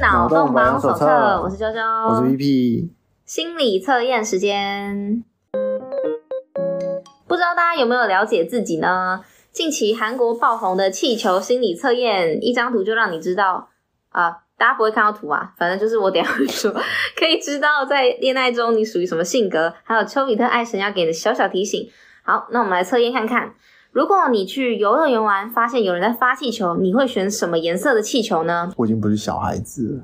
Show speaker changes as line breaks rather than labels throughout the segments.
脑洞榜手册，我是啾
我，E 是
啾。
VP，
心理测验时间，不知道大家有没有了解自己呢？近期韩国爆红的气球心理测验，一张图就让你知道啊，大家不会看到图啊，反正就是我等一下会说， 可以知道在恋爱中你属于什么性格，还有丘比特爱神要给的小小提醒。好，那我们来测验看看，如果你去游乐园玩，发现有人在发气球，你会选什么颜色的气球呢？
我已经不是小孩子了，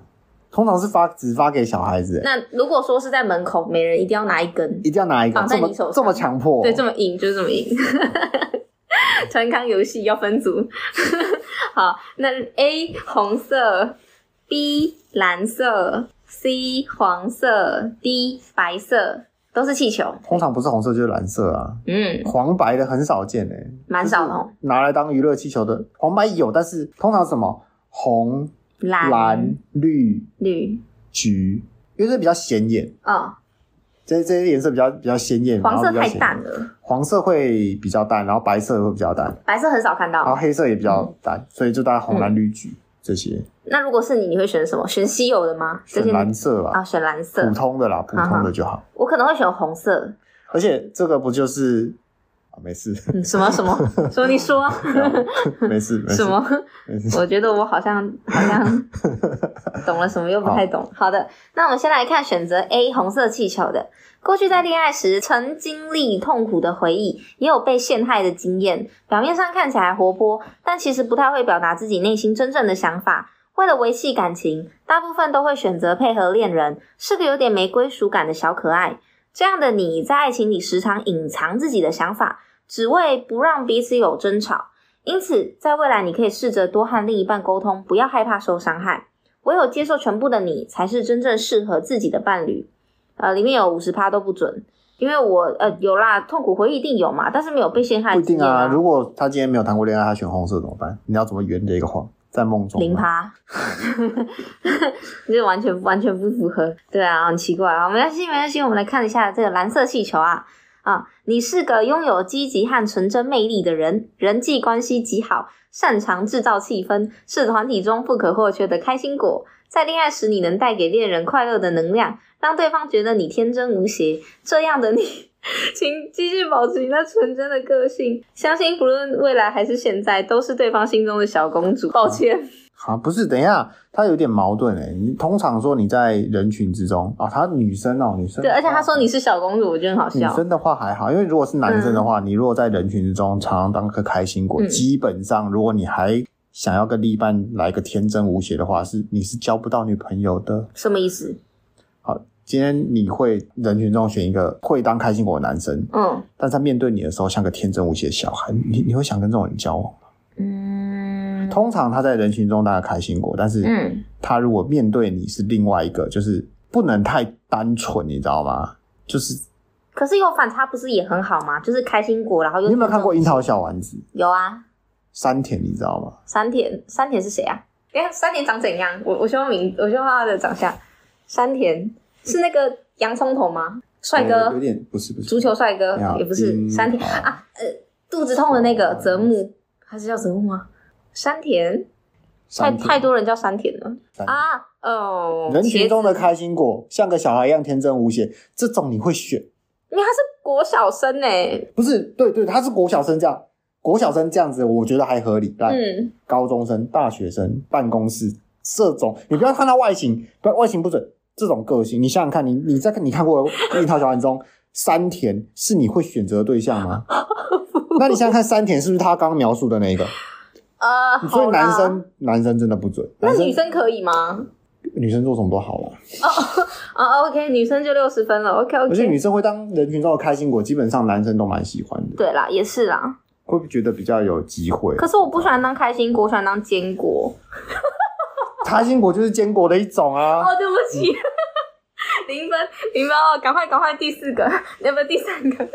通常是发只发给小孩子、欸，
那如果说是在门口，每人一定要拿一根，
一定要拿一个
绑在
这么
你手上
这么强迫，
对，这么硬就是这么硬。 团康游戏要分组， 好，那 A 红色，B 蓝色，C 黄色，D 白色，都是气球，
通常不是红色就是蓝色啊，
嗯，
黄白的很少见诶、欸
蛮少的哦，
拿来当娱乐气球的黄白有，但是通常什么红、
蓝、
蓝、绿、
绿，
橘，因为这比较显眼，
哦，
这这些颜色比较比较鲜艳，
黄色
然后比较
太
显眼
淡，了，
黄色会比较淡，然后白色会比较淡，
白色很少看
然后
到。
黑色也比
哦
较淡，所以就大概
嗯
红、蓝、绿、橘这些，
那如果是你，你会选什么？选稀有的吗？这
选
些
蓝色吧
啊，，选蓝色
普。通的啦，普通的就好。
我可能会选红色。
而且这个不就是啊，没事，啊
嗯，什么什 么什么？你说
没事，没事，
什么？
没事？
我觉得我好像好 像懂了什么，又不太懂。好的，那我们先来看选择 A 红色气球的。过去在恋爱时曾经历痛苦的回忆，也有被陷害的经验。表面上看起来活泼，但其实不太会表达自己内心真正的想法。为了维系感情，大部分都会选择配合恋人，是个有点没归属感的小可爱。这样的你在爱情里时常隐藏自己的想法，只为不让彼此有争吵。因此，在未来你可以试着多和另一半沟通，不要害怕受伤害。唯有接受全部的你，才是真正适合自己的伴侣。呃，里面有五十趴都不准，因为我呃有啦，痛苦回忆一定有嘛，但是没有被陷害
不一定
经验
啊。如果他今天没有谈过恋爱，他选红色怎么办？你要怎么圆这个谎？在梦中吗啊
零趴， 你这完全完全不符合。对啊，很奇怪啊。没关系，没关系，我们来看一下这个蓝色气球啊啊！你是个拥有积极和纯真魅力的人，人际关系极好，擅长制造气氛，是团体中不可或缺的开心果。在恋爱时，你能带给恋人快乐的能量，让对方觉得你天真无邪。这样的你。请继续保持你那纯真的个性，相信不论未来还是现在，都是对方心中的小公主。抱歉，
啊，不是，等一下，他有点矛盾哎。你通常说你在人群之中啊，他女生哦，女生
对，而且他说你
是
是小公主，我觉得很好
女
笑。
嗯生的话还好，因为如果是男生的话，你如果在人群之中常常当个开心果，
嗯
基本上如果你还想要跟另一半来个天真无邪的话，是你是交不到女朋友的。
什么意思？
好，今天你会人群中选一个会当开心果的男生，
嗯
但是他面对你的时候像个天真无邪的小孩，你你会想跟这种人交往吗？
嗯
通常他在人群中当然开心果，但是
嗯，
他如果面对你是另外一个，就是不能太单纯，你知道吗？就是
可是有反差不是也很好吗？就是开心果，然后又
你有没有看过《樱桃小丸子》
有啊，
山田，你知道吗？
山田山田是谁啊？等一下山田长怎样？我我希望名，我希望他的长相。山田是那个洋葱头吗？帅
呃
哥
有，点不是不是
足球帅哥
你好
也不是
樱
山田
桃
啊，呃，肚子痛的那个泽木，还是叫泽木吗？山田，太
山田
太多人叫山田了
山田
啊！哦，
人群中的
茄子
开心果像个小孩一样天真无邪，这种你会选？
因为他是国小生欸呢、
不是？对对，他是国小生这样，国小生这样子，我觉得还合理。来，
嗯，
高中生、大学生、办公室这种，你不要看他外形，不要外形不准，这种个性，你想想看，你你在看你看过《樱桃小丸》中，山田是你会选择的对象吗？那你想想看，山田是不是他刚刚描述的那一个？
呃，
所以
好啦
男生男生真的不准，
那
男生
女生可以吗？
女生做什么都好了，
啊，OK，女生就六十分了，OK
而且
OK。
女生会当人群中的开心果，基本上男生都蛮喜欢的，
对啦，也是啦。
会不会觉得比较有机会？
可是我不喜欢当开心果，我喜欢当坚果。
开心果就是坚果的一种啊，
哦，对不起， 零分，零分哦，赶快赶快，第四个， 要不要第三个？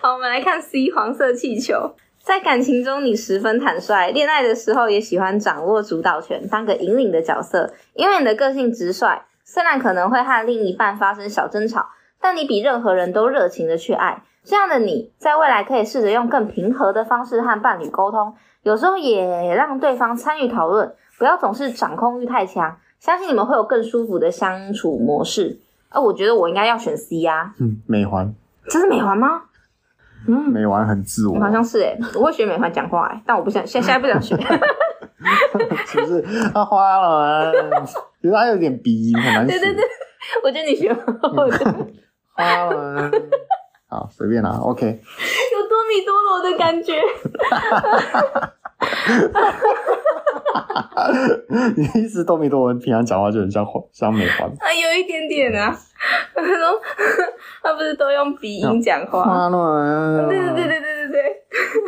好，我们来看 C 黄色气球。在感情中，你十分坦率，恋爱的时候也喜欢掌握主导权，当个引领的角色。因为你的个性直率，虽然可能会和另一半发生小争吵，但你比任何人都热情的去爱。这样的你，在未来可以试着用更平和的方式和伴侣沟通，有时候也让对方参与讨论，不要总是掌控欲太强，相信你们会有更舒服的相处模式。啊，我觉得我应该要选 C 呀、
嗯，美环，
这是美环吗？嗯，
美环很自我，
好像是哎、我会学美环讲话哎、但我不想现现在不想学。
是不是？他花了，其实他有点鼻音，很难
对
学。
对对，我觉得你学好我的，
花了，好，随便啦，OK。
有多米多罗的感觉。
你的意思都没多文平常讲话就很像花像美环。
啊，有一点点啊，然后 他不是都用鼻音讲话？
花了，
对对对对对对对。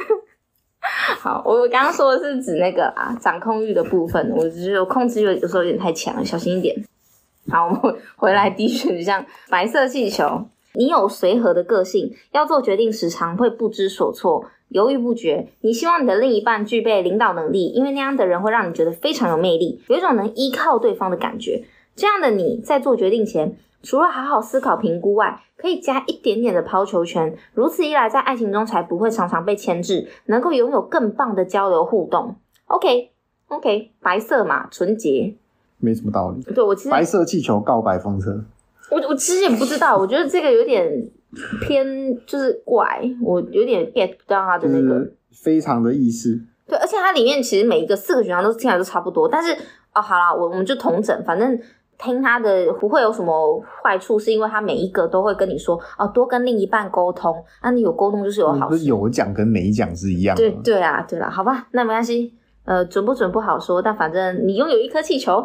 好，我我刚刚说的是指那个啊，掌控欲的部分，我只是有控制欲有时候有点太强了，小心一点。好，我们回回来第一选项，白色气球。你有随和的个性，要做决定时常会不知所措、犹豫不决。你希望你的另一半具备领导能力，因为那样的人会让你觉得非常有魅力，有一种能依靠对方的感觉。这样的你在做决定前，除了好好思考评估外，可以加一点点的抛球权。如此一来，在爱情中才不会常常被牵制，能够拥有更棒的交流互动。OK OK，白色嘛，纯洁。
没什么道理。
对我其实
白色气球告白风车，
我我其实也不知道，我觉得这个有点偏就是怪，我有点 get 不到他的
就
那个。
是非常的意思。
对，而且它里面其实每一个四个选项都听起来都差不多，但是哦，好啦，我我们就同整，反正听它的不会有什么坏处，是因为它每一个都会跟你说哦，多跟另一半沟通，啊，你有沟通就是有好
不
处。
是有奖跟没奖是一样的
对
吗。
对啊，对啦，好吧，那没关系，呃，准不准不好说，但反正你拥有一颗气球。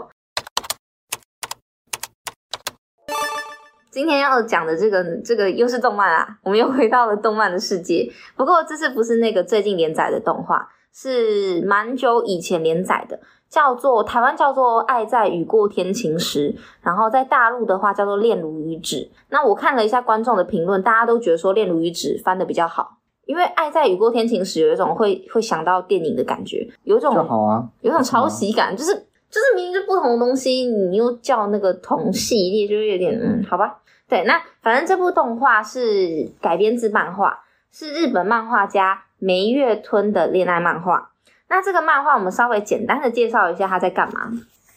今天要讲的这个这个又是动漫啊，我们又回到了动漫的世界。不过这次不是那个最近连载的动画，是蛮久以前连载的，叫做台湾叫做《爱在雨过天晴时》，然后在大陆的话叫做《恋如雨止》。那我看了一下观众的评论，大家都觉得说《恋如雨止》翻的比较好，因为《爱在雨过天晴时》有一种会会想到电影的感觉，有一种
就好啊，
有一种抄袭感，就是就是明明就不同的东西，你又叫那个同系列，就是有点嗯，好吧。对，那反正这部动画是改编自漫画，是日本漫画家梅月吞的恋爱漫画。那这个漫画我们稍微简单的介绍一下它在干嘛。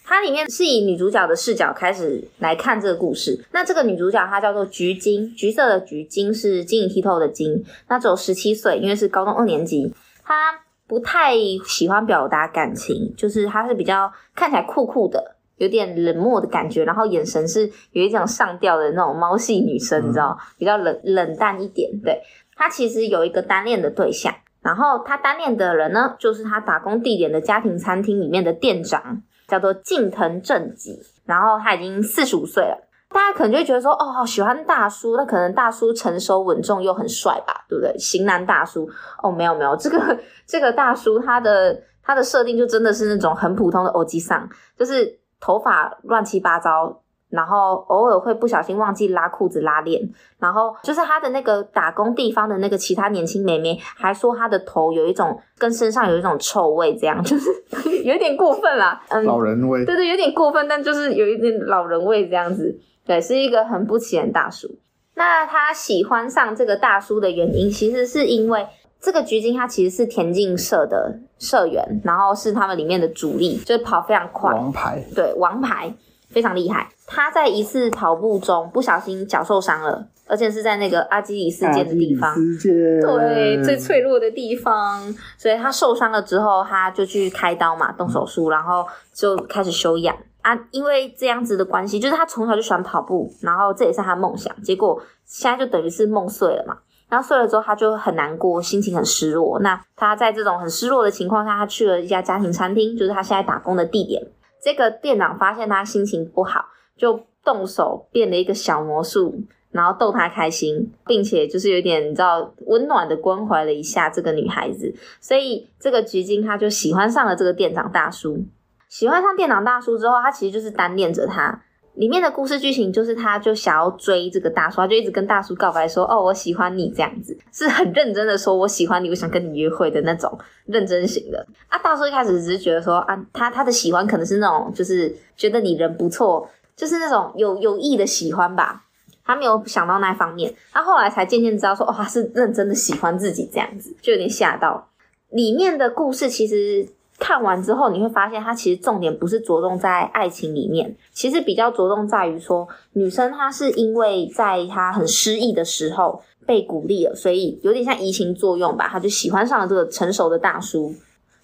它里面是以女主角的视角开始来看这个故事。那这个女主角她叫做橘金，橘色的橘金是晶莹剔透的晶。那只有十七岁，因为是高中二年级，她不太喜欢表达感情，就是她是比较看起来酷酷的，有点冷漠的感觉，然后眼神是有一种上吊的那种猫系女生，
嗯
你知道，比较冷冷淡一点。对，她其实有一个单恋的对象。然后她单恋的人呢，就是她打工地点的家庭餐厅里面的店长，叫做近藤正己。然后他已经四十五岁了，大家可能就会觉得说，哦，好喜欢大叔，那可能大叔成熟稳重又很帅吧，对不对？型男大叔，哦，没有没有，这个 这个大叔他的他的设定就真的是那种很普通的欧吉桑，就是头发乱七八糟，然后偶尔会不小心忘记拉裤子拉链，然后就是他的那个打工地方的那个其他年轻妹妹还说他的头有一种跟身上有一种臭味，这样就是 有点过分啦，嗯，
老人味。
对对，有点过分，但就是有一点老人味这样子。对，是一个很不起眼的大叔。那他喜欢上这个大叔的原因，其实是因为这个橘金他其实是田径社的社员，然后是他们里面的主力，就是跑非常快。
王牌，
对，王牌非常厉害。他在一次跑步中不小心脚受伤了，而且是在那个阿基里斯腱的地方。
世界
对，
嗯
最脆弱的地方，所以他受伤了之后，他就去开刀嘛，动手术，然后就开始休养啊。因为这样子的关系，就是他从小就喜欢跑步，然后这也是他的梦想，结果现在就等于是梦碎了嘛。然后碎了之后，他就很难过，心情很失落。那他在这种很失落的情况下，他去了一家家庭餐厅，就是他现在打工的地点。这个店长发现他心情不好，就动手变了一个小魔术，然后逗她开心，并且就是有点你知道温暖的关怀了一下这个女孩子，所以这个橘金她就喜欢上了这个店长大叔。喜欢上店长大叔之后，她其实就是单恋着他。里面的故事剧情就是，她就想要追这个大叔，她就一直跟大叔告白说：“哦，我喜欢你。”这样子是很认真的说“我喜欢你，我想跟你约会”的那种认真型的。啊，大叔一开始只是觉得说啊，他他的喜欢可能是那种就是觉得你人不错，就是那种有有意的喜欢吧。他没有想到那方面，他后来才渐渐知道说，哦，他是认真的喜欢自己这样子，就有点吓到。里面的故事其实看完之后，你会发现它其实重点不是着重在爱情里面，其实比较着重在于说，女生她是因为在她很失意的时候被鼓励了，所以有点像移情作用吧，她就喜欢上了这个成熟的大叔。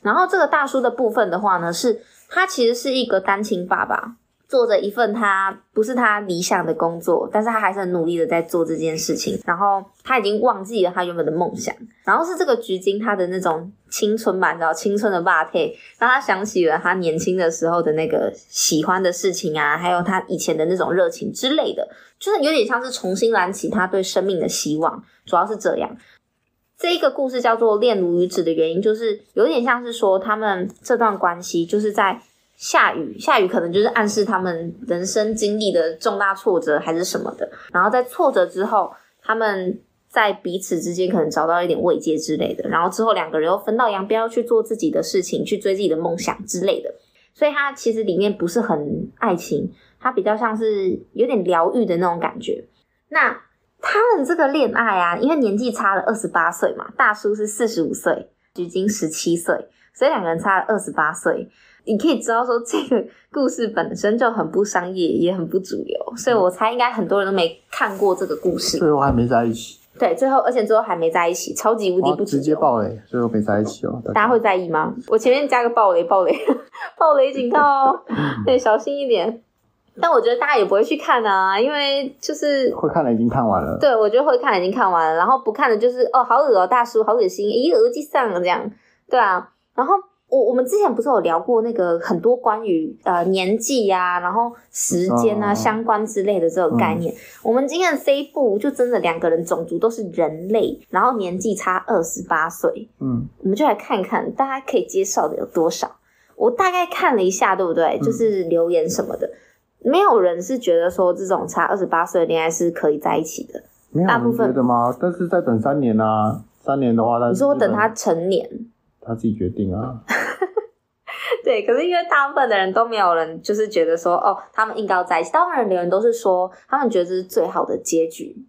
然后这个大叔的部分的话呢，是他其实是一个单亲爸爸，做着一份他不是他理想的工作，但是他还是很努力的在做这件事情。然后他已经忘记了他原本的梦想，然后是这个菊金他的那种青春吧，你知道青春的霸配，让他想起了他年轻的时候的那个喜欢的事情啊，还有他以前的那种热情之类的，就是有点像是重新燃起他对生命的希望，主要是这样。这一个故事叫做《恋如鱼子》的原因，就是有点像是说他们这段关系就是在下雨，下雨可能就是暗示他们人生经历的重大挫折还是什么的。然后在挫折之后，他们在彼此之间可能找到一点慰藉之类的。然后之后两个人又分道扬镳，去做自己的事情，去追自己的梦想之类的。所以它其实里面不是很爱情，它比较像是有点疗愈的那种感觉。那他们这个恋爱啊，因为年纪差了二十八岁嘛，大叔是四十五岁，菊金十七岁，所以两个人差了二十八岁。你可以知道说，这个故事本身就很不商业，也很不主流，所以我猜应该很多人都没看过这个故事。
最后还没在一起，
对，最后而且最后还没在一起，超级无敌
哇
不主哦
直接
流。
爆雷，最后没在一起哦。
大家会在意吗？我前面加个暴雷，暴雷， 暴雷警告哦， 对，小心一点。但我觉得大家也不会去看啊，因为就是
会看的已经看完了，
对，我觉得会看的已经看完了，然后不看的就是哦，好恶哦，大叔，好恶心，咦，耳机上了这样，对啊。然后我我们之前不是有聊过那个很多关于呃年纪呀、然后时间啊、
哦
相关之类的这种概念。我们今天的这一部就真的两个人种族都是人类，然后年纪差二十八岁，
嗯，
我们就来看看大家可以接受的有多少。我大概看了一下，对不
嗯
对？就是留言什么的，没有人是觉得说这种差二十八岁的恋爱是可以在一起的。
没有
大部
人
分
觉得吗？但是再等三年啊，三年的话，但
你
是
说等
日本
他成年，
他自己决定啊，
对，可是因为大部分的人都没有人就是觉得说哦，他们应该要在一起，大部分人留言都是说他们觉得这是最好的结局。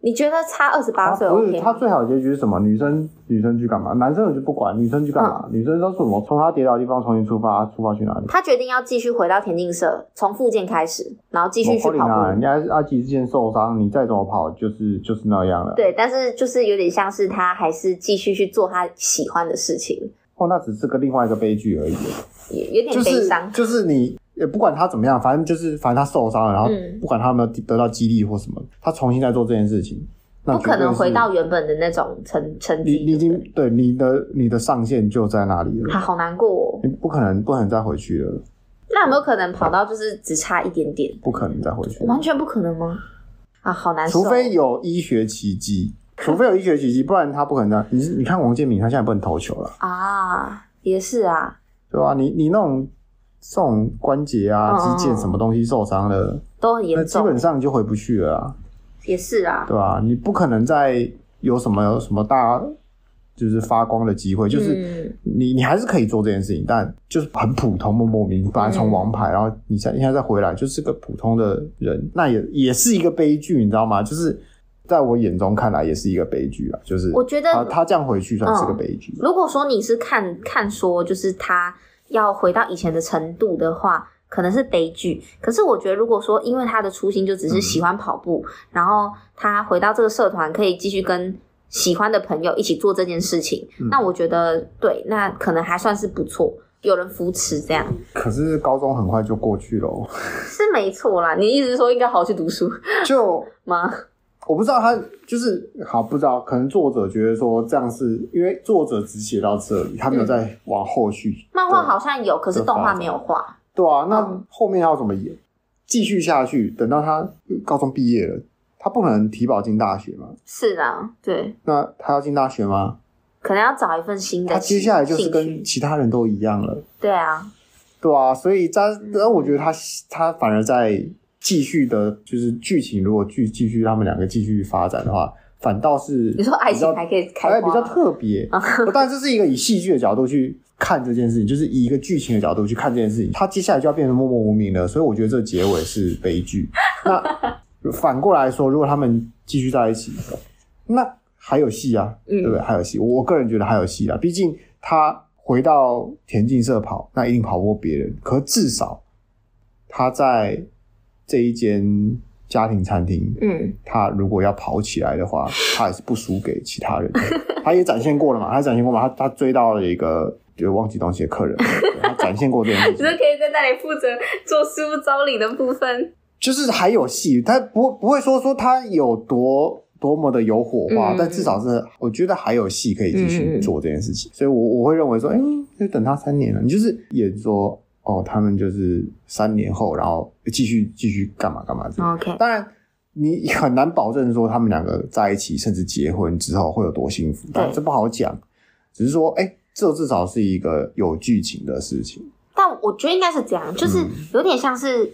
你觉得差二十八岁
啊不是
OK
他
吗？
最好的结局是什么？女生女生去干嘛？男生我就不管，女生去干嘛？
嗯
女生都是我从他跌倒的地方重新出发，出发去哪里？
他决定要继续回到田径社，从复健开始，然后继续去
我
跑
扣你啊！
步
你。还是阿吉之前受伤，你再怎么跑就是就是那样了。，
对，但是就是有点像是他还是继续去做他喜欢的事情，
哦，那只是个另外一个悲剧而已，
也有
就
点悲
是
伤。
就是你也不管他怎么样，反正就是反正他受伤了，然后
嗯
不管他有没有得到激励或什么，他重新再做这件事情，那
不可能
绝对
回
是
到原本的那种成成
你你已
绩，
经对你的你的上限就在那里
他
了，
好难过哦。
你不可能不可能再回去了，
那有没有可能跑到就是只差一点点？
不可能再回去了。
完全不可能吗？啊，好难受。
除非有医学奇迹，除非有医学奇迹，不然他不可能这样。 你你看王建民，他现在不能投球了，
啊，也是啊，
对吧、你你那种这种关节啊、
嗯嗯嗯
肌腱什么东西受伤了，
都很
那
严
基
重，
本上就回不去了啊，
也是啊
对，吧、你不可能再有什么有什么大就是发光的机会，就是。
嗯、
你你还是可以做这件事情，但就是很普通，默默
嗯
明白。本来从王牌，然后你现现在再回来，就是个普通的人，那也也是一个悲剧，你知道吗？就是在我眼中看来，也是一个悲剧啊。就是
我觉得嗯
他他这样回去算是个悲剧，
如果说你是看看说，就是他要回到以前的程度的话，可能是悲剧。可是我觉得，如果说因为他的初心就只
嗯
是喜欢跑步，然后他回到这个社团可以继续跟喜欢的朋友一起做这件事情，
嗯
那我觉得对，那可能还算是不错，有人扶持这样
可是高中很快就过去了哦，
是没错啦。你意思是说应该好好去读书
就
吗？
我不知道他就是好不知道，可能作者觉得说这样是因为作者只写到这里，他没有
嗯
再往后续。
漫画好像有，可是动画没有画。
对啊，那
嗯
后面要怎么演？继续下去，等到他高中毕业了，他不可能提保进大学嘛？
是啊，对，
那他要进大学吗？
可能要找一份新的
他
兴。
接下来就是
兴
跟
趣
其他人都一样了，
对啊，
对啊，所以他，但我觉得他他反而在继续的，就是剧情如果继继续他们两个继续发展的话，反倒是
你说爱
比较
情还可以开
哎比
花啊
较
吗，
特 别。但这是一个以戏剧的角度去看这件事情，就是以一个剧情的角度去看这件事情，它接下来就要变成默默无名了，所以我觉得这结尾是悲 剧。那反过来说，如果他们继续在一起，那还有戏啊，
嗯
对不对？还有戏，我我个人觉得还有戏啊，毕竟他回到田径社跑，那一定跑不过别人。可至少他在这一间家庭餐厅，
嗯，
他如果要跑起来的话，他也是不输给其他人的。 他也展现过了嘛，他展现过嘛，他他追到了一个就忘记东西的客人，对 他展现过这件事
你
情
说。可以在 那里负责做失物招领的部分，
就是还有戏，他不不会说说他有多多么的有火花，
嗯
但至少是我觉得还有戏可以继续做这件事
嗯
情，所以我我会认为说，哎、就等他三年了，你就是演说哦，他们就是三年后，然后继续继续干嘛干嘛这样。
OK，
当然，你很难保证说他们两个在一起，甚至结婚之后会有多幸福，但这不好讲。只是说，哎、这至少是一个有剧情的事情。
但我觉得应该是这样，就是
嗯
有点像是，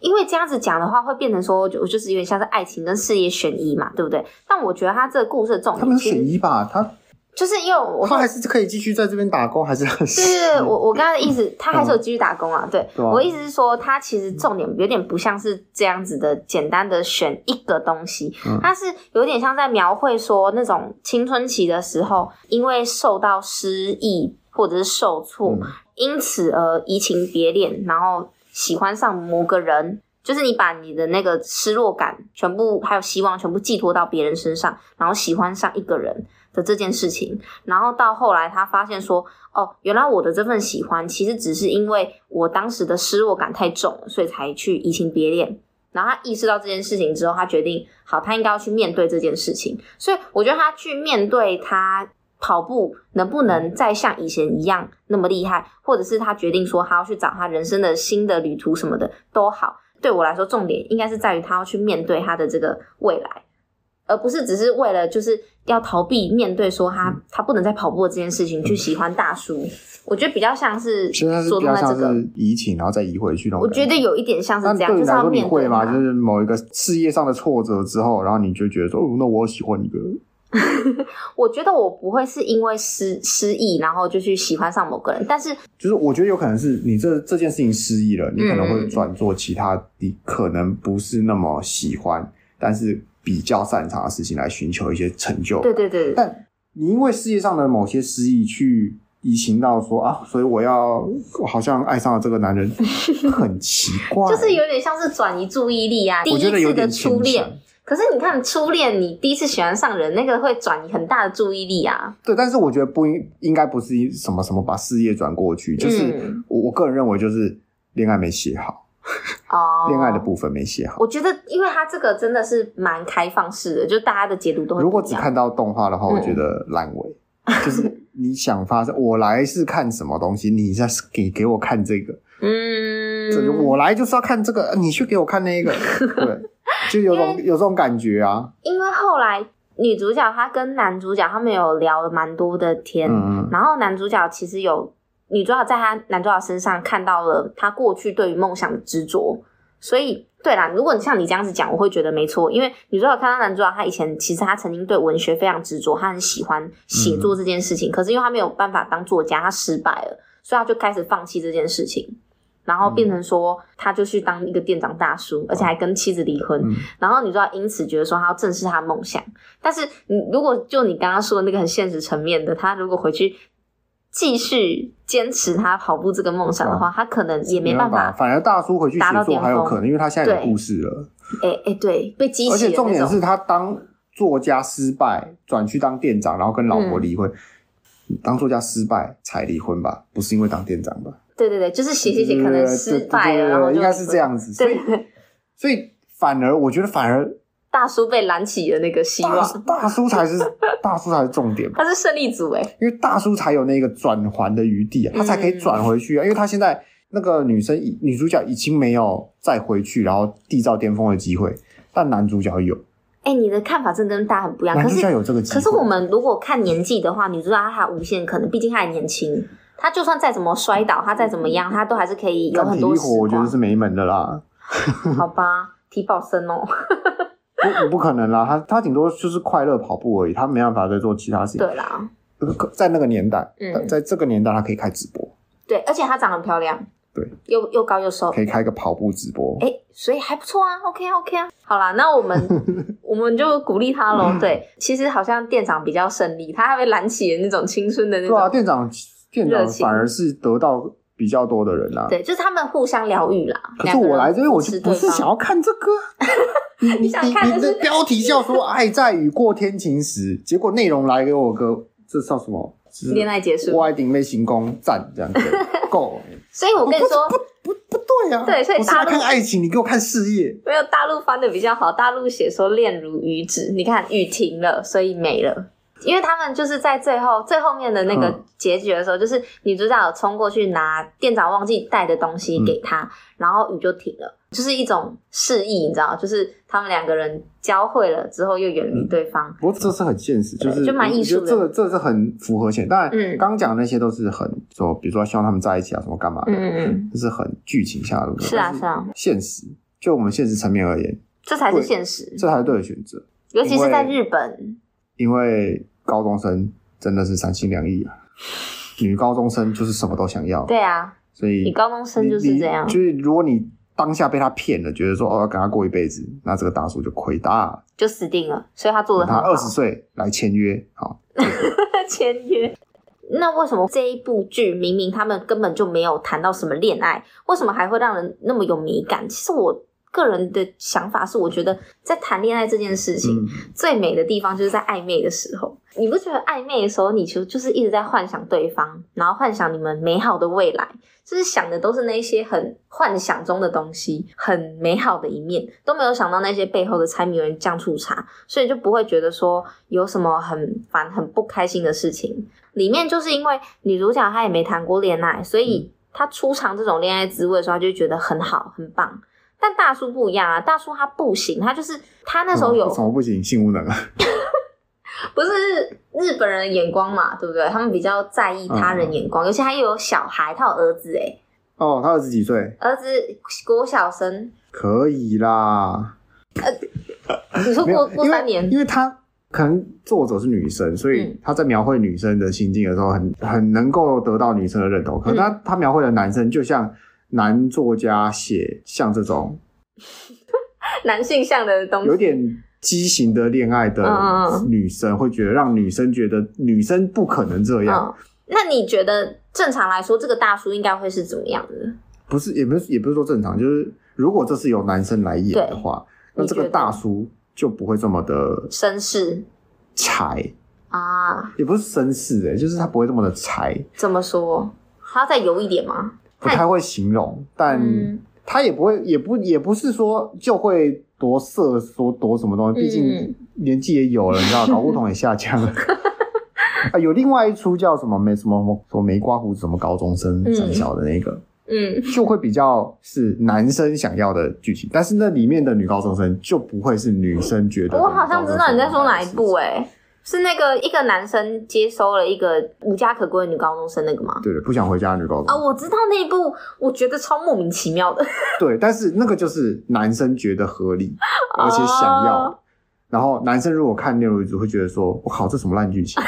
因为这样子讲的话，会变成说，就就是有点像是爱情跟事业选一嘛，对不对？但我觉得他这个故事的重
他们
点
有
其
选
实
一吧，他
就是因为我
他还是可以继续在这边打工，还是很嗯
对对对，我我刚刚的意思，他还是有继续打工啊。对，
对啊
我意思是说，他其实重点有点不像是这样子的简单的选一个东西
嗯，
他是有点像在描绘说那种青春期的时候，因为受到失意或者是受挫，
嗯
因此而移情别恋，然后喜欢上某个人。就是你把你的那个失落感全部还有希望全部寄托到别人身上，然后喜欢上一个人的这件事情，然后到后来他发现说，哦，原来我的这份喜欢其实只是因为我当时的失落感太重了，所以才去移情别恋。然后他意识到这件事情之后，他决定好，他应该要去面对这件事情。所以我觉得他去面对他跑步能不能再像以前一样那么厉害，或者是他决定说他要去找他人生的新的旅途什么的都好。对我来说，重点应该是在于他要去面对他的这个未来，而不是只是为了就是要逃避面对说他
嗯
他不能再跑步的这件事情去喜欢大叔。我觉得比较像是
其实他是
着
比
重
较
在这
像
个，
是移情，然后再移回去那种
我
感。
觉得有一点像是
那
这样，
对
就
你
是
来
要
说，你
面
会
对
吗？
它
就是某一个事业上的挫折之后，然后你就觉得说，哦，那我喜欢一个，
我觉得我不会是因为失失忆，然后就去喜欢上某个人，但是
就是我觉得有可能是你这这件事情失忆了，你可能
嗯
会转做其他你可能不是那么喜欢，但是比较擅长的事情来寻求一些成就。
对对对，对
但你因为事业上的某些失意去移情到说啊，所以我要我好像爱上了这 个男人，很奇怪，
就是有点像是转移注意力啊。第
我
一
觉得有
次的
点
初
牵
恋
强，
可是你看初恋，你第一次喜欢上人，那个会转移很大的注意力啊。
对，但是我觉得不应应该不是一什么什么把事业转过去，就是、
嗯
我我个人认为就是恋爱没写好，
哦，
恋爱的部分没写好。
我觉得，因为它这个真的是蛮开放式的，就大家的解读都会
如果
不一
只
样
看到动画的话，
嗯
我觉得烂尾，就是你想发生，我来是看什么东西，你在给给我看这个，
嗯，
这就我来就是要看这个，你去给我看那 个，对，就有种有这种感觉啊，
因为后来女主角她跟男主角他们有聊蛮多的天，
嗯
然后男主角其实有女主角在他男主角身上看到了他过去对于梦想的执着，所以对啦，如果你像你这样子讲，我会觉得没错，因为女主角看到男主角他以前其实他曾经对文学非常执着，他很喜欢写作这件事
嗯
情，可是因为他没有办法当作家，他失败了，所以他就开始放弃这件事情。然后变成说，他就去当一个店长大叔，而且还跟妻子离婚。
嗯
然后女主角因此觉得说她要正视她的梦想，但是你如果就你刚刚说的那个很现实层面的，她如果回去继续坚持她跑步这个梦想的话，她可能也没办
啊
法，
办反而大叔回去
达到
写作还有
巅峰
可能，因为他现在有
对
故事了，
哎哎、对，被激
而且
起的
重
那
点
种。
是他当作家失败，转去当店长，然后跟老
嗯
婆离婚。当作家失败才离婚吧，不是因为当店长吧？
对对对，就是写写写可
对
能
对
失
对
败了，
对对
然后就
应该是这样子。所以
对对对，
所以反而我觉得反而
大叔被燃起的那个希
大
望，
大叔才是大叔才是重点吧，
他是胜利组哎，
因为大叔才有那个转环的余地啊，他才可以转回去啊，因为他现在。那个女生已女主角已经没有再回去，然后缔造巅峰的机会，但男主角有，
哎，你的看法真的跟大家很不一样，
男
可
主
是
角有这个机会。
可是我们如果看年纪的话，女主角她还有无限可能，毕竟她还年轻。她就算再怎么摔倒，她再怎么样，她都还是可以有
嗯干
很
体
多
力
时
活，我觉得
光。
是没门的啦，
好吧，提保生哦。
不不可能啦，他他顶多就是快乐跑步而已，他没办法再做其他事情。
对啦，
呃可在那个年代，
嗯
在这个年代，他可以开直播，
对，而且她长得很漂亮，
对，
又又高又瘦，
可以开个跑步直播。
哎、所以还不错啊，OK 啊 OK 啊。好啦，那我 们我们就鼓励她喽。对，其实好像店长比较胜利，她还会燃起那种青春的那
对啊，
种。
店长店长
热情
反而是得到比较多的人啦、啊
对，就是他们互相疗愈啦。
可是我来这边，我就不是想
要
要看这个 啊。你
你想看的
你
是
的标题叫说“爱在雨过天晴时”，结果内容来给我个这叫什么？就是
恋爱结束，
我爱顶妹行宫赞 这样子，够。
所以我跟你说，
不不不对啊！
对所以
我是要
大陆
看爱情，你给我看事业。
没有大陆翻的比较好，大陆写说恋如雨止，你看雨停了，所以没了。因为他们就是在最后最后面的那个
嗯
结局的时候，就是女主角有冲过去拿店长忘记带的东
嗯
西给他，然后雨就停了，就是一种示意，你知道，就是他们两个人交汇了之后又远离对方。
不过这是很现实，
对
就是
就蛮艺术的
我觉得这个这是很符合现实。当然，
嗯
刚讲的那些都是很说，比如说希望他们在一起啊，什么干嘛的，
嗯嗯嗯，
这是很剧情下的东西。
是啊嗯
但
是啊，
现实就我们现实层面而言，
这才是
对
现实，
这才是对的选择。
尤其是在
因
日本，
因为高中生真的是三心 两意啊，女高中生就是什么都想要，
对啊，
所以
你高中生就是
你
这样
你，就是如果你当下被他骗了，觉得说哦要跟他过一辈子，那这个大叔就亏大了。
就死定了，所以他做的
等
很
他
好。
二十岁来签约，好，
签约。那为什么这一部剧明明他们根本就没有谈到什么恋爱，为什么还会让人那么有美感？其实我个人的想法是，我觉得在谈恋爱这件事情、
嗯，
最美的地方就是在暧昧的时候。你不觉得暧昧的时候，你其实就是一直在幻想对方，然后幻想你们美好的未来，就是想的都是那些很幻想中的东西，很美好的一面，都没有想到那些背后的柴米油盐酱醋茶，所以就不会觉得说有什么很烦、很不开心的事情。里面就是因为女主角她也没谈过恋爱，所以她出尝这种恋爱滋味的时候，她就觉得很好、很棒。但大叔不一样啊，大叔他不行，他就是他那时候有、
嗯什么不行，性无能啊，
不是日本人的眼光嘛，对不对？他们比较在意他人眼
嗯
光，尤其他又有小孩，他有儿子哎，
哦，他二十几岁，
儿子国小生，
可以啦，
你说
没
过
有，
过
因
三
为
年，
因为他可能作者是女生，所以
嗯
他在描绘女生的心境的时候很，很能够得到女生的认同。
嗯
可是他、他描绘的男生，就像男作家写像这种
男性向的东
有
西，
点畸形的恋爱的
嗯嗯
女生，会觉得让女生觉得女生不可能这样，
嗯，那你觉得正常来说，这个大叔应该会是怎么样的？
不是也不是也不是说正常，就是如果这是由男生来演的话，
对
那这个
嗯你觉得
大叔就不会这么的
绅士
柴。
啊？
也不是绅士哎、就是他不会这么的柴，
怎么说？还要再油一点吗？
不太会形容，但
嗯
他也不会，也不也不是说就会多色说多什么东西，毕
嗯
竟年纪也有了，你知道，搞不懂也下降 了。啊，有另外一出叫什么没什么什么没刮胡子什么高中生
嗯
三小的那个，
嗯，
就会比较是男生想要的剧情，但是那里面的女高中生就不会是女生觉得。
我好像知道你在说哪一部哎、是那个一个男生接收了一个无家可归的女高中生那个吗？
对不想回家的女高中
啊，
生。
我知道那一部，我觉得超莫名其妙 的。
对，但是那个就是男生觉得合理，而且想要。
哦
然后男生如果看《恋如子》，会觉得说：“我靠，这什么烂剧情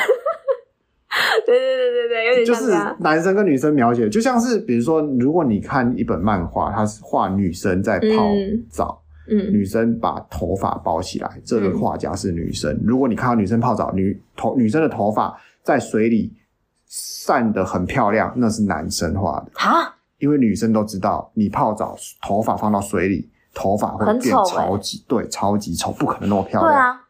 对对对对对，有！”点
就
像
是
这样。
男生跟女生描写，就像是比如说，如果你看一本漫画，它是画女生在泡
嗯
澡，
嗯，
女生把头发包起来，这个画家是女生。如果你看到女生泡澡，女头女生的头发在水里散得很漂亮，那是男生画的。
啊，
因为女生都知道，你泡澡头发放到水里，头发会
很
变
丑欸
超级、对，超级丑，不可能那么漂
对
亮。
啊，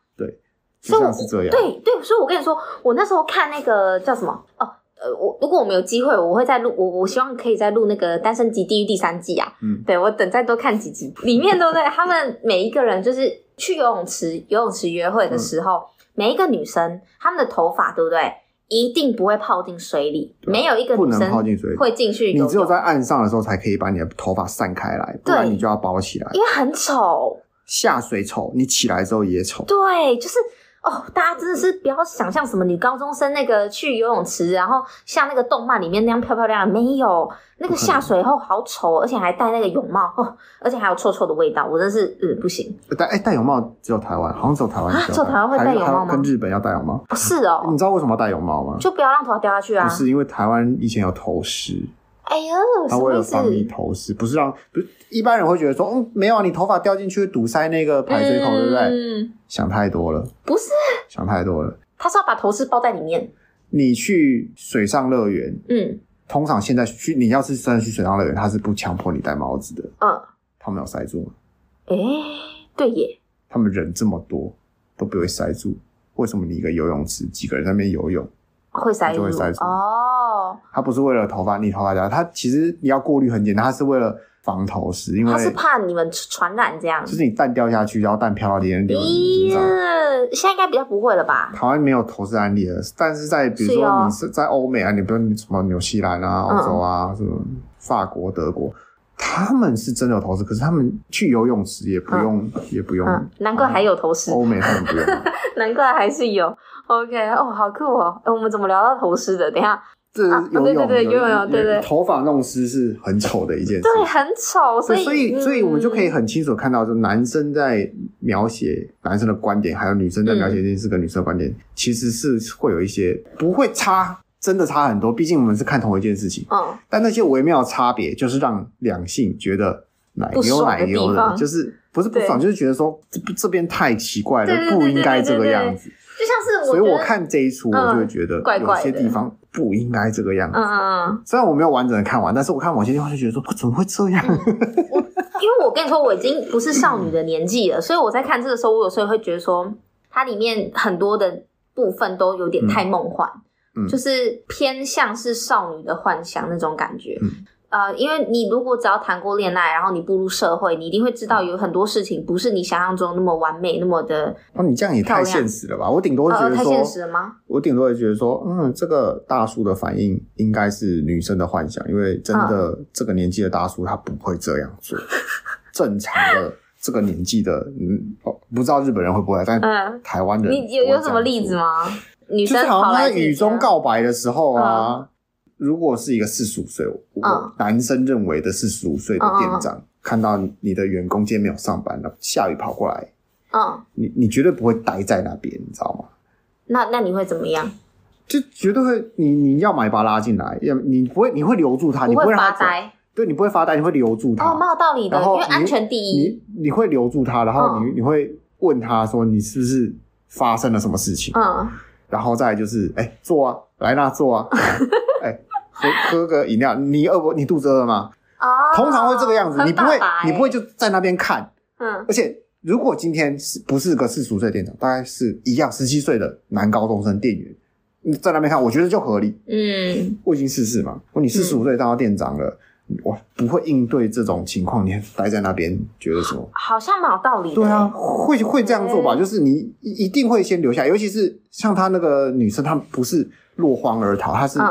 就像是这样。
对对，所以我跟你说，我那时候看那个叫什么哦。呃，我如果我们有机会，我会再录我我希望可以再录那个《单身级地狱》第三季啊。
嗯，
对我等再多看几集，里面都 在他们每一个人就是去游泳池游泳池约会的时候，
嗯
每一个女生她们的头发对不对，一定不会泡进水里，
对啊
没有一个
不
女
能
生
泡进水里
会进去游
你
泳。
只有在岸上的时候才可以把你的头发散开来，不然
对
你就要包起来。
因为很丑，
下水丑，你起来之后也丑。
对，就是哦，大家真的是不要想象什么女高中生那个去游泳池，然后像那个动漫里面那样漂漂亮亮，没有那个
嗯
下水后好丑，哦而且还戴那个泳帽，哦，而且还有臭臭的味道，我真是嗯不行，
戴哎、戴泳帽只有台湾，好像只有台湾
啊
需要
只有台湾会
还
戴泳帽吗
还有跟日本要戴泳帽，
不是哦，
你知道为什么要戴泳帽吗？
就不要让头发掉下去啊
嗯不！是因为台湾以前有头虱，
哎呦，什
它为
么
了
意思？
防你头虱，不是让不是一般人会觉得说，嗯，没有啊，你头发掉进去会堵塞那个排水口，对不对？
嗯，
想太多了，
不是，
想太多了。
他是要把头饰包在里面。
你去水上乐园，
嗯
通常现在去你要是真的去水上乐园，它是不强迫你戴帽子的。
嗯，
他们有塞住吗？
诶、对耶，
他们人这么多都不会塞住，为什么你一个游泳池几个人在那边游泳？
会塞
就
住
会塞住
哦，
它不是为了头发逆头发夹，它其实你要过滤很简单，它是为了防头虱，因为
他是怕你们传染这样
就。是你蛋掉下去，然后蛋飘到
哎
别人脸身上。
呀，现在应该比较不会了吧？
台湾没有投资案例了，但是在比如
是哦
说你是在欧美啊，你比如你什么纽西兰
嗯
啊、澳洲啊、什么法国、德国，他们是真的有投资，可是他们去游泳池也不用，也不用。
嗯，难怪还有头虱，
欧美他们不用，
难怪还是有。OK，哦，好酷哦！诶我们怎么聊到头虱的？等一下，
这
啊
是游
对
泳、
对对游泳对对
头发弄湿是很丑的一件事。
对，很丑，所
对，
以
所以，所以我们就可以
嗯
很清楚地看到，就男生在描写男生的观点，还有女生在描
嗯
写这件事跟女生的观点，其实是会有一些不会差，真的差很多。毕竟我们是看同一件事情，
嗯，
但那些微妙的差别，就是让两性觉得奶
不
油
爽的
奶油
地方
的，就是不是不爽，就是觉得说这这边太奇怪
对对对
了，不应该这个样子。
就像是
所以
觉
我
得，
看这一出，
嗯
我就会觉得
怪
有
怪的
些地方不应该这个样子
嗯。嗯嗯，
虽然我没有完整的看完，但是我看某些地方就觉得说，怎么会这样？
嗯 因为我跟你说，我已经不是少女的年纪
嗯
了，所以我在看这个时候，我有时候会觉得说，它里面很多的部分都有点太梦幻，
嗯嗯
就是偏向是少女的幻想那种感觉。
嗯
呃，因为你如果只要谈过恋爱，然后你步入社会，你一定会知道有很多事情不是你想象中那么完美，那么的
哦，你这样也
漂
太
亮
现实了吧！我顶多会觉
呃
得
太
说，
现实了吗？
我顶多会觉得说，嗯，这个大叔的反应应该是女生的幻想，因为真的
嗯
这个年纪的大叔他不会这样做。正常的这个年纪的，嗯，哦，不知道日本人会不会，但
嗯，
台湾人
你有
不会
有什么
这样
例子
做？
吗？女
就
生
是好
跑
像
来啊
他
自己
雨中
家，
告白的时候啊，如果是一个四十五岁，我
嗯
我男生认为的四十五岁的店长、看到你的员工今天没有上班了，下雨跑过来，
嗯，
你你绝对不会待在那边，你知道吗？
那那你会怎么样？
就绝对会，你你要买把他拉进来，要你不会，你会留住他，啊你
不
不
会
让
发
他走，
呆
对，你不会发呆，你会留住他，
哦，蛮有道理的，
然
因
后
为安
你
全第一。
你你会留住他，然后
嗯
你、你会问他说你是不是发生了什么事情，
嗯，
然后再来就是哎、坐啊，来啦 坐啊，哎、喝喝个饮料，你饿不？你肚子饿吗？
哦，
通常会这个样子，
很
你不会
爸爸欸
你不会，就在那边看，
嗯
而且如果今天是不是个四十五岁店长，大概是一样十七岁的男高中生店员，你在那边看，我觉得就合理。
嗯，
我已经四十嘛，我你四十五岁当到店长了，我不会应对这种情况，你还待在那边觉得什么？
好像蛮有道理的。
对啊，，会会这样做吧？
嗯
就是你一一定会先留下，尤其是像她那个女生，她不是落荒而逃，她是、
嗯，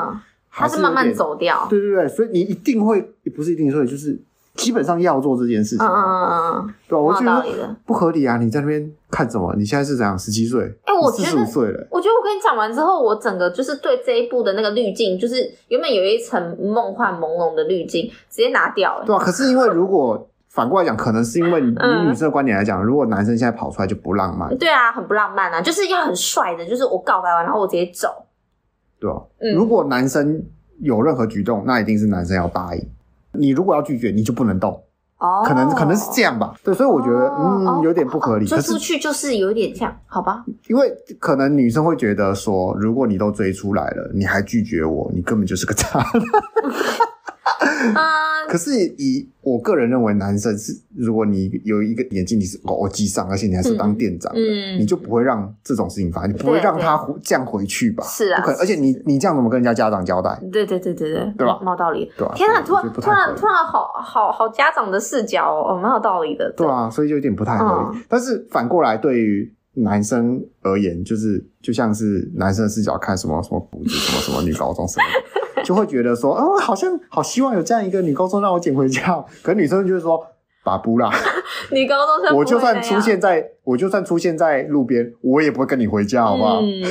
他
还
是
有
慢慢
点。
走掉。
对对对，所以你一定会，不是一定会，就是基本上要做这件事情
嗯嗯
啊。
嗯嗯
对啊，
嗯，
我
蛮
觉
有道
得
理的。
不合理啊！你在那边看什么？你现在是怎样？十七岁？
哎我
四
觉
十
得
五岁了。
我觉得我跟你讲完之后，我整个就是对这一部的那个滤镜，就是原本有一层梦幻朦胧的滤镜，直接拿掉欸了。
对啊，可是因为如果反过来讲，可能是因为以
嗯
女生的观点来讲，如果男生现在跑出来就不浪漫，
对啊，很不浪漫啊，就是要很帅的，就是我告白完然后我直接走。
对吧、
嗯
如果男生有任何举动，那一定是男生要答应。你如果要拒绝，你就不能动，
哦，
可能可能是这样吧。对，所以我觉得、
哦
嗯有点不合理。
追
可
出
是
去就是有点这样，好 吧？
因为可能女生会觉得说，如果你都追出来了，你还拒绝我，你根本就是 个渣男。
嗯，
可是以我个人认为，男生是如果你有一个眼睛你是偶机上，而且你还是当店长，
嗯
你就不会让这种事情发生，你不会
对
让他
对
回这样回去吧？
是啊
不可能。而且你你这样怎么跟人家家长交代？
对对对对对，
对吧
蛮有道理。
对啊
天哪，
对
突
我觉
然
得不
突
太
然
合理
突然好好好家长的视角哦，哦蛮有道理的。嗯
对啊，所以就有点不太合理。但是反过来，对于男生而言，就是就像是男生的视角看什么什么补子什么什么女高 中生。就会觉得说，哦，好像好希望有这样一个女高中让我捡回家 哦，可女生就会说，把不 啦，
女高中生
我
不
就
会啊
算
那
出
样，
现在，我就算出现在路边，我也不会跟你回家，好不好？
嗯，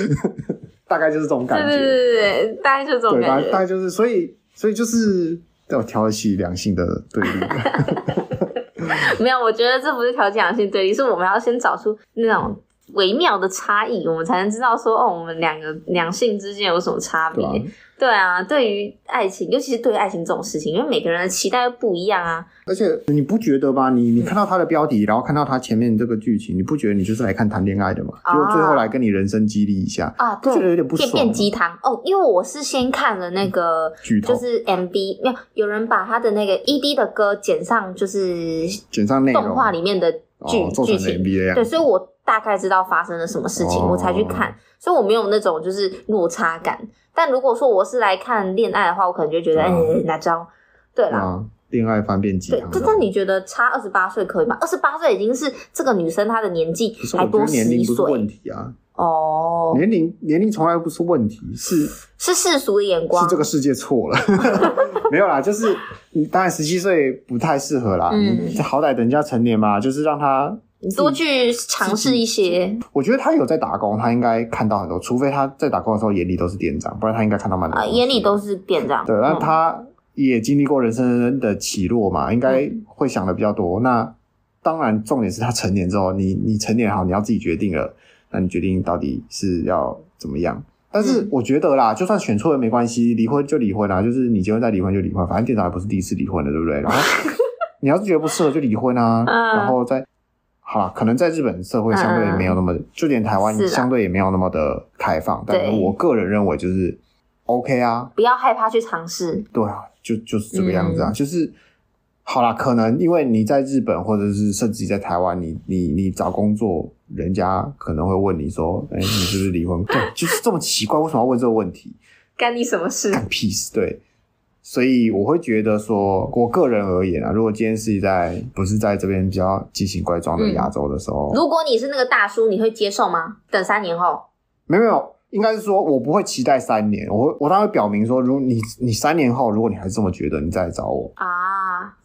大概就是这 种感
对对
觉，
对对对，大概就这种
对大
感
概大
觉。
概就是，所以所以就是要挑起两性的对立，
没有，我觉得这不是调节两性对立，是我们要先找出那种微妙的差异，我们才能知道说，哦，我们两个两性之间有什么差别
对。 吧、
对啊，对于爱情，尤其是对于爱情这种事情，因为每个人的期待又不一样啊。
而且你不觉得吧？你你看到它的标题，然后看到它前面这个剧情，你不觉得你就是来看谈恋爱的吗？
啊
结果最后来跟你人生激励一下，
啊，
就觉得
对，
有点不
变
爽。
变鸡汤哦，因为我是先看了那个，
嗯剧透
就是 MV，没有有人把他的那个 ED 的歌剪上，就是
卷上内容，
动画里面的剧
哦做
剧
成 MV
情，
的样
对，
子。
所以我大概知道发生了什么事情，
哦
我才去看，所以我没有那种就是落差感。但如果说我是来看恋爱的话，我可能就觉得，
对
哎、
啊
哪招？对啦，
啊，恋爱翻变鸡
对
汤。，
这但你觉得差二十八岁可以吗？二十八岁已经是这个女生她的年纪
可是我
还
觉
多
得
十
年
一
龄不是
岁
问题啊，
哦，
年龄年龄从来不是问题，是
是世俗的眼 光，啊
是这个世界错了， 没有啦，就是你当然十七岁不太适合啦，
嗯
你好歹等人家成年嘛，就是让他，
你多去尝试一些
我觉得他有在打工，他应该看到很多，除非他在打工的时候眼里都是店长，不然他应该看到蛮多
啊、
东西的
眼里都是变这样。
对，那
嗯
他也经历过人生的起落嘛，应该
嗯
会想的比较多。那当然，重点是他成年之后，你你成年好，你要自己决定了，那你决定到底是要怎么样。但是
嗯
我觉得啦，就算选错了没关系，离婚就离婚啦，就是你结婚再离婚就离婚，反正店长也不是第一次离婚了，对不 对？然后你要是觉得不适合就离婚啊，
嗯
然后再好啦，可能在日本社会相对没有那么，就连台湾
嗯是啦
相对也没有那么的开放，但是
对
我个人认为就是 OK 啊，
不要害怕去尝试。
对啊，就就是这个样子啊，就是好啦，可能因为你在日本或者是甚至在台湾，你你你找工作，人家可能会问你说，哎、你是不是离婚？对，就是这么奇怪，为什么要问这个问题？
干你什么事？
干屁事，对。所以我会觉得说，我个人而言啊，如果今天是在不是在这边比较畸形怪状的亚洲的时候，
如果你是那个大叔，你会接受吗？等三年后，
没有没有，应该是说我不会期待三年，我会我当然会表明说，如果你你三年后，如果你还是这么觉得，你再来找我，
啊，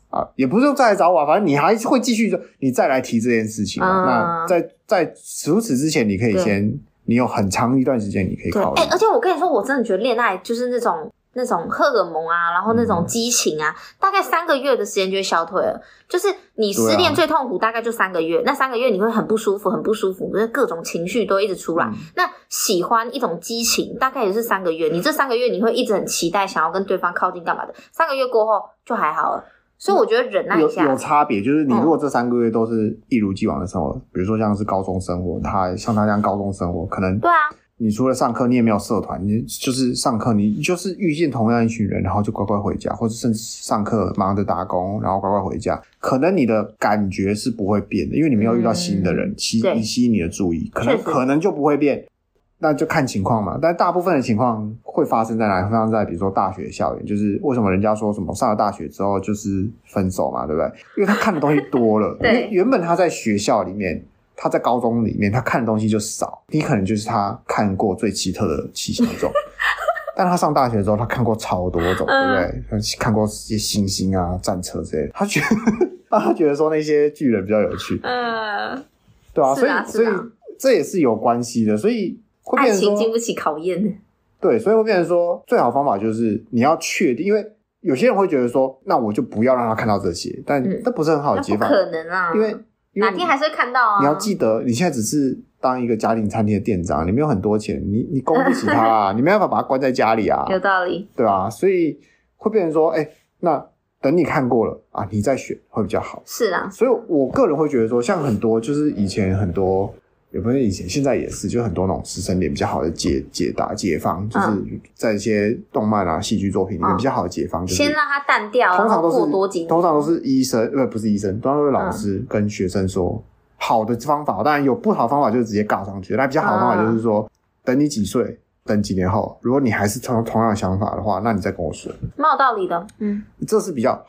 啊，也不是再来找我、啊，反正你还是会继续的，你再来提这件事情、
嗯
啊。那在在除此之前，你可以
对
先，你有很长一段时间你可以
对，
考虑
哎、。而且我跟你说，我真的觉得恋爱就是那种那种荷尔蒙啊，然后那种
嗯
激情啊，大概三个月的时间就会消退了。就是你失
对啊
恋最痛苦，大概就三个月，那三个月你会很不舒服，很不舒服，就是各种情绪都一直出来。
嗯
那喜欢一种激情，大概也是三个月，你这三个月你会一直很期待，想要跟对方靠近干嘛的。三个月过后就还好了，所以我觉得忍耐
有
一下
有，差别，就是你
嗯
如果这三个月都是一如既往的生活，比如说像是高中生活，他像他这样高中生活，可能
对啊，
你除了上课，你也没有社团，你就是上课，你就是遇见同样一群人，然后就乖乖回家，或者甚至上课忙着打工，然后乖乖回家。可能你的感觉是不会变的，因为你没有遇到新的人，吸
嗯对
吸引你的注意，可能
确实，
可能就不会变。那就看情况嘛，但大部分的情况会发生在哪里？会发生在比如说大学校园，就是为什么人家说什么上了大学之后就是分手嘛，对不对？因为他看的东西多 了
对
因为原本他在学校里面，他在高中里面，他看的东西就少，你可能就是他看过最奇特的七星 种。但他上大学之后，他看过超多种，对不对？
嗯
他看过一些星星啊、战车之类的。他觉得， 他觉得说那些巨人比较有趣，
呃，
对啊，
是
所以、
啊
所以
是啊
这也是有关系的，所以会
爱
变成
情
说
经不起考验，
对，所以会变成说，最好的方法就是你要确定，因为有些人会觉得说，那我就不要让他看到这些，但
嗯
那不是很好的
那
解
不
法，
可能啊，
因为因为
哪天还是会看到啊。
你要记得，你现在只是当一个家庭餐厅的店长，你没有很多钱，你你供不起他啊，你没办法把他关在家里啊，
有道理，
对啊，所以会变成说，哎、那等你看过了啊，你再选会比较好。
是啊，
所以我个人会觉得说，像很多就是以前很多，也不是以前，现在也是，就很多那种师生恋比较好的解解答解放，就是在一些动漫啊、戏剧作品里面
嗯
比较好的解放，就是
先让它淡掉，
通
然
常
后
都是
过多嗯几年，
通常都是医生，呃，不是医生，通常都是老师跟学生说好的方法，当然有不好的方法就是直接尬上去，但比较好的方法就是
嗯
说，等你几岁，等几年后，如果你还是同同样的想法的话，那你再跟我说。
蛮有道理的。嗯，
这是比较，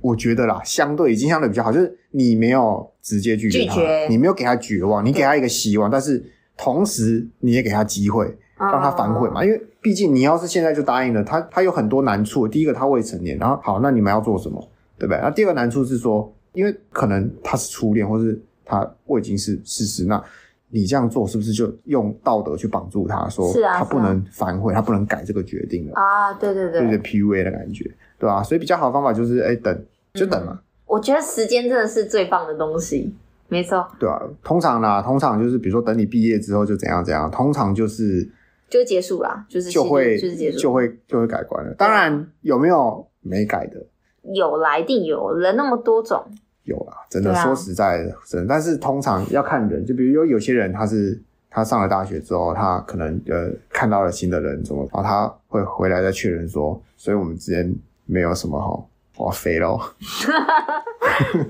我觉得啦，相对已经相对比较好，就是你没有直接拒绝他，
拒绝
你没有给他绝望，你给他一个希望，但是同时你也给他机会，
嗯
让他反悔嘛，
哦
因为毕竟你要是现在就答应了他，他有很多难处。第一个他未成年，然后好，那你们要做什么，对不对？那第二个难处是说，因为可能他是初恋，或是他我已经是事实，那你这样做是不是就用道德去绑住他，说
是啊
他
是啊
不能反悔，他不能改这个决定了？
啊，对对
有
对，
点 PUA 的感觉，
嗯
对吧、所以比较好的方法就是，哎、等就等嘛。
我觉得时间真的是最棒的东西。没错，
对啊，通常啦，通常就是比如说等你毕业之后就怎样怎样，通常就是
就结束啦，就是
就会
就是结束，
就会就会改观了。
啊
当然有没有没改的
有啦，一定有人那么多 种，
有啦，真的、
对啊
说实在的，真的，但是通常要看人，就比如有有些人他是。他上了大学之后，他可能呃看到了新的人怎么，然后他会回来再确认说，所以我们之间没有什么哦哈，我要飞喽。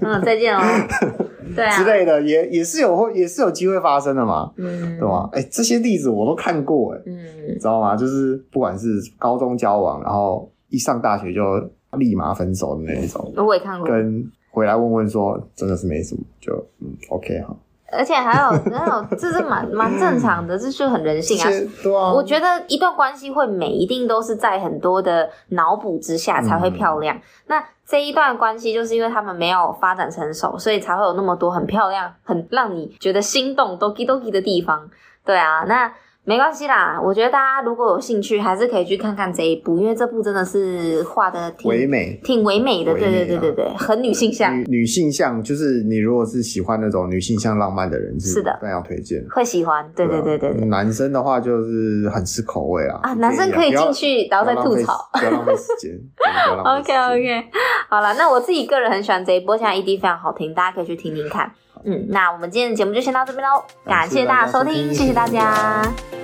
嗯，再见哦，对啊，
之类的，也也是有会也是有机会发生的嘛，
嗯，
对吗？哎、这些例子我都看过、哎，
嗯
你，知道吗？就是不管是高中交往，然后一上大学就立马分手的那一种，
我也看过，
跟回来问问说真的是没什么，就嗯 OK 哈，
而且还有还有，这是蛮蛮正常的，这就很人性啊。
这些对啊，
我觉得一段关系会美，一定都是在很多的脑补之下才会漂亮。
嗯
那这一段关系就是因为他们没有发展成熟，所以才会有那么多很漂亮、很让你觉得心动、doki doki 的地方。对啊，那没关系啦。我觉得大家如果有兴趣，还是可以去看看这一部，因为这部真的是画的
唯
挺
美。
挺唯美的。
唯
对
美
对
啊嗯
对对对，很女性向，
女女性向就是你如果是喜欢那种女性向浪漫的人，
是的
非常推荐。啊
会喜欢。对对对对对。
男生的话就是很吃口味啊。
啊，男生可以
不要
进去，然后再吐槽。，
不要浪费时间。不要浪费 时
OK
间
OK，好了，那我自己个人很喜欢这一波，现在 ED 非常好听，大家可以去听听看。嗯，那我们今天的节目就先到这边喽，感
感谢
谢大家
大家
收
收
听，
听
谢谢大
谢谢大
家
家。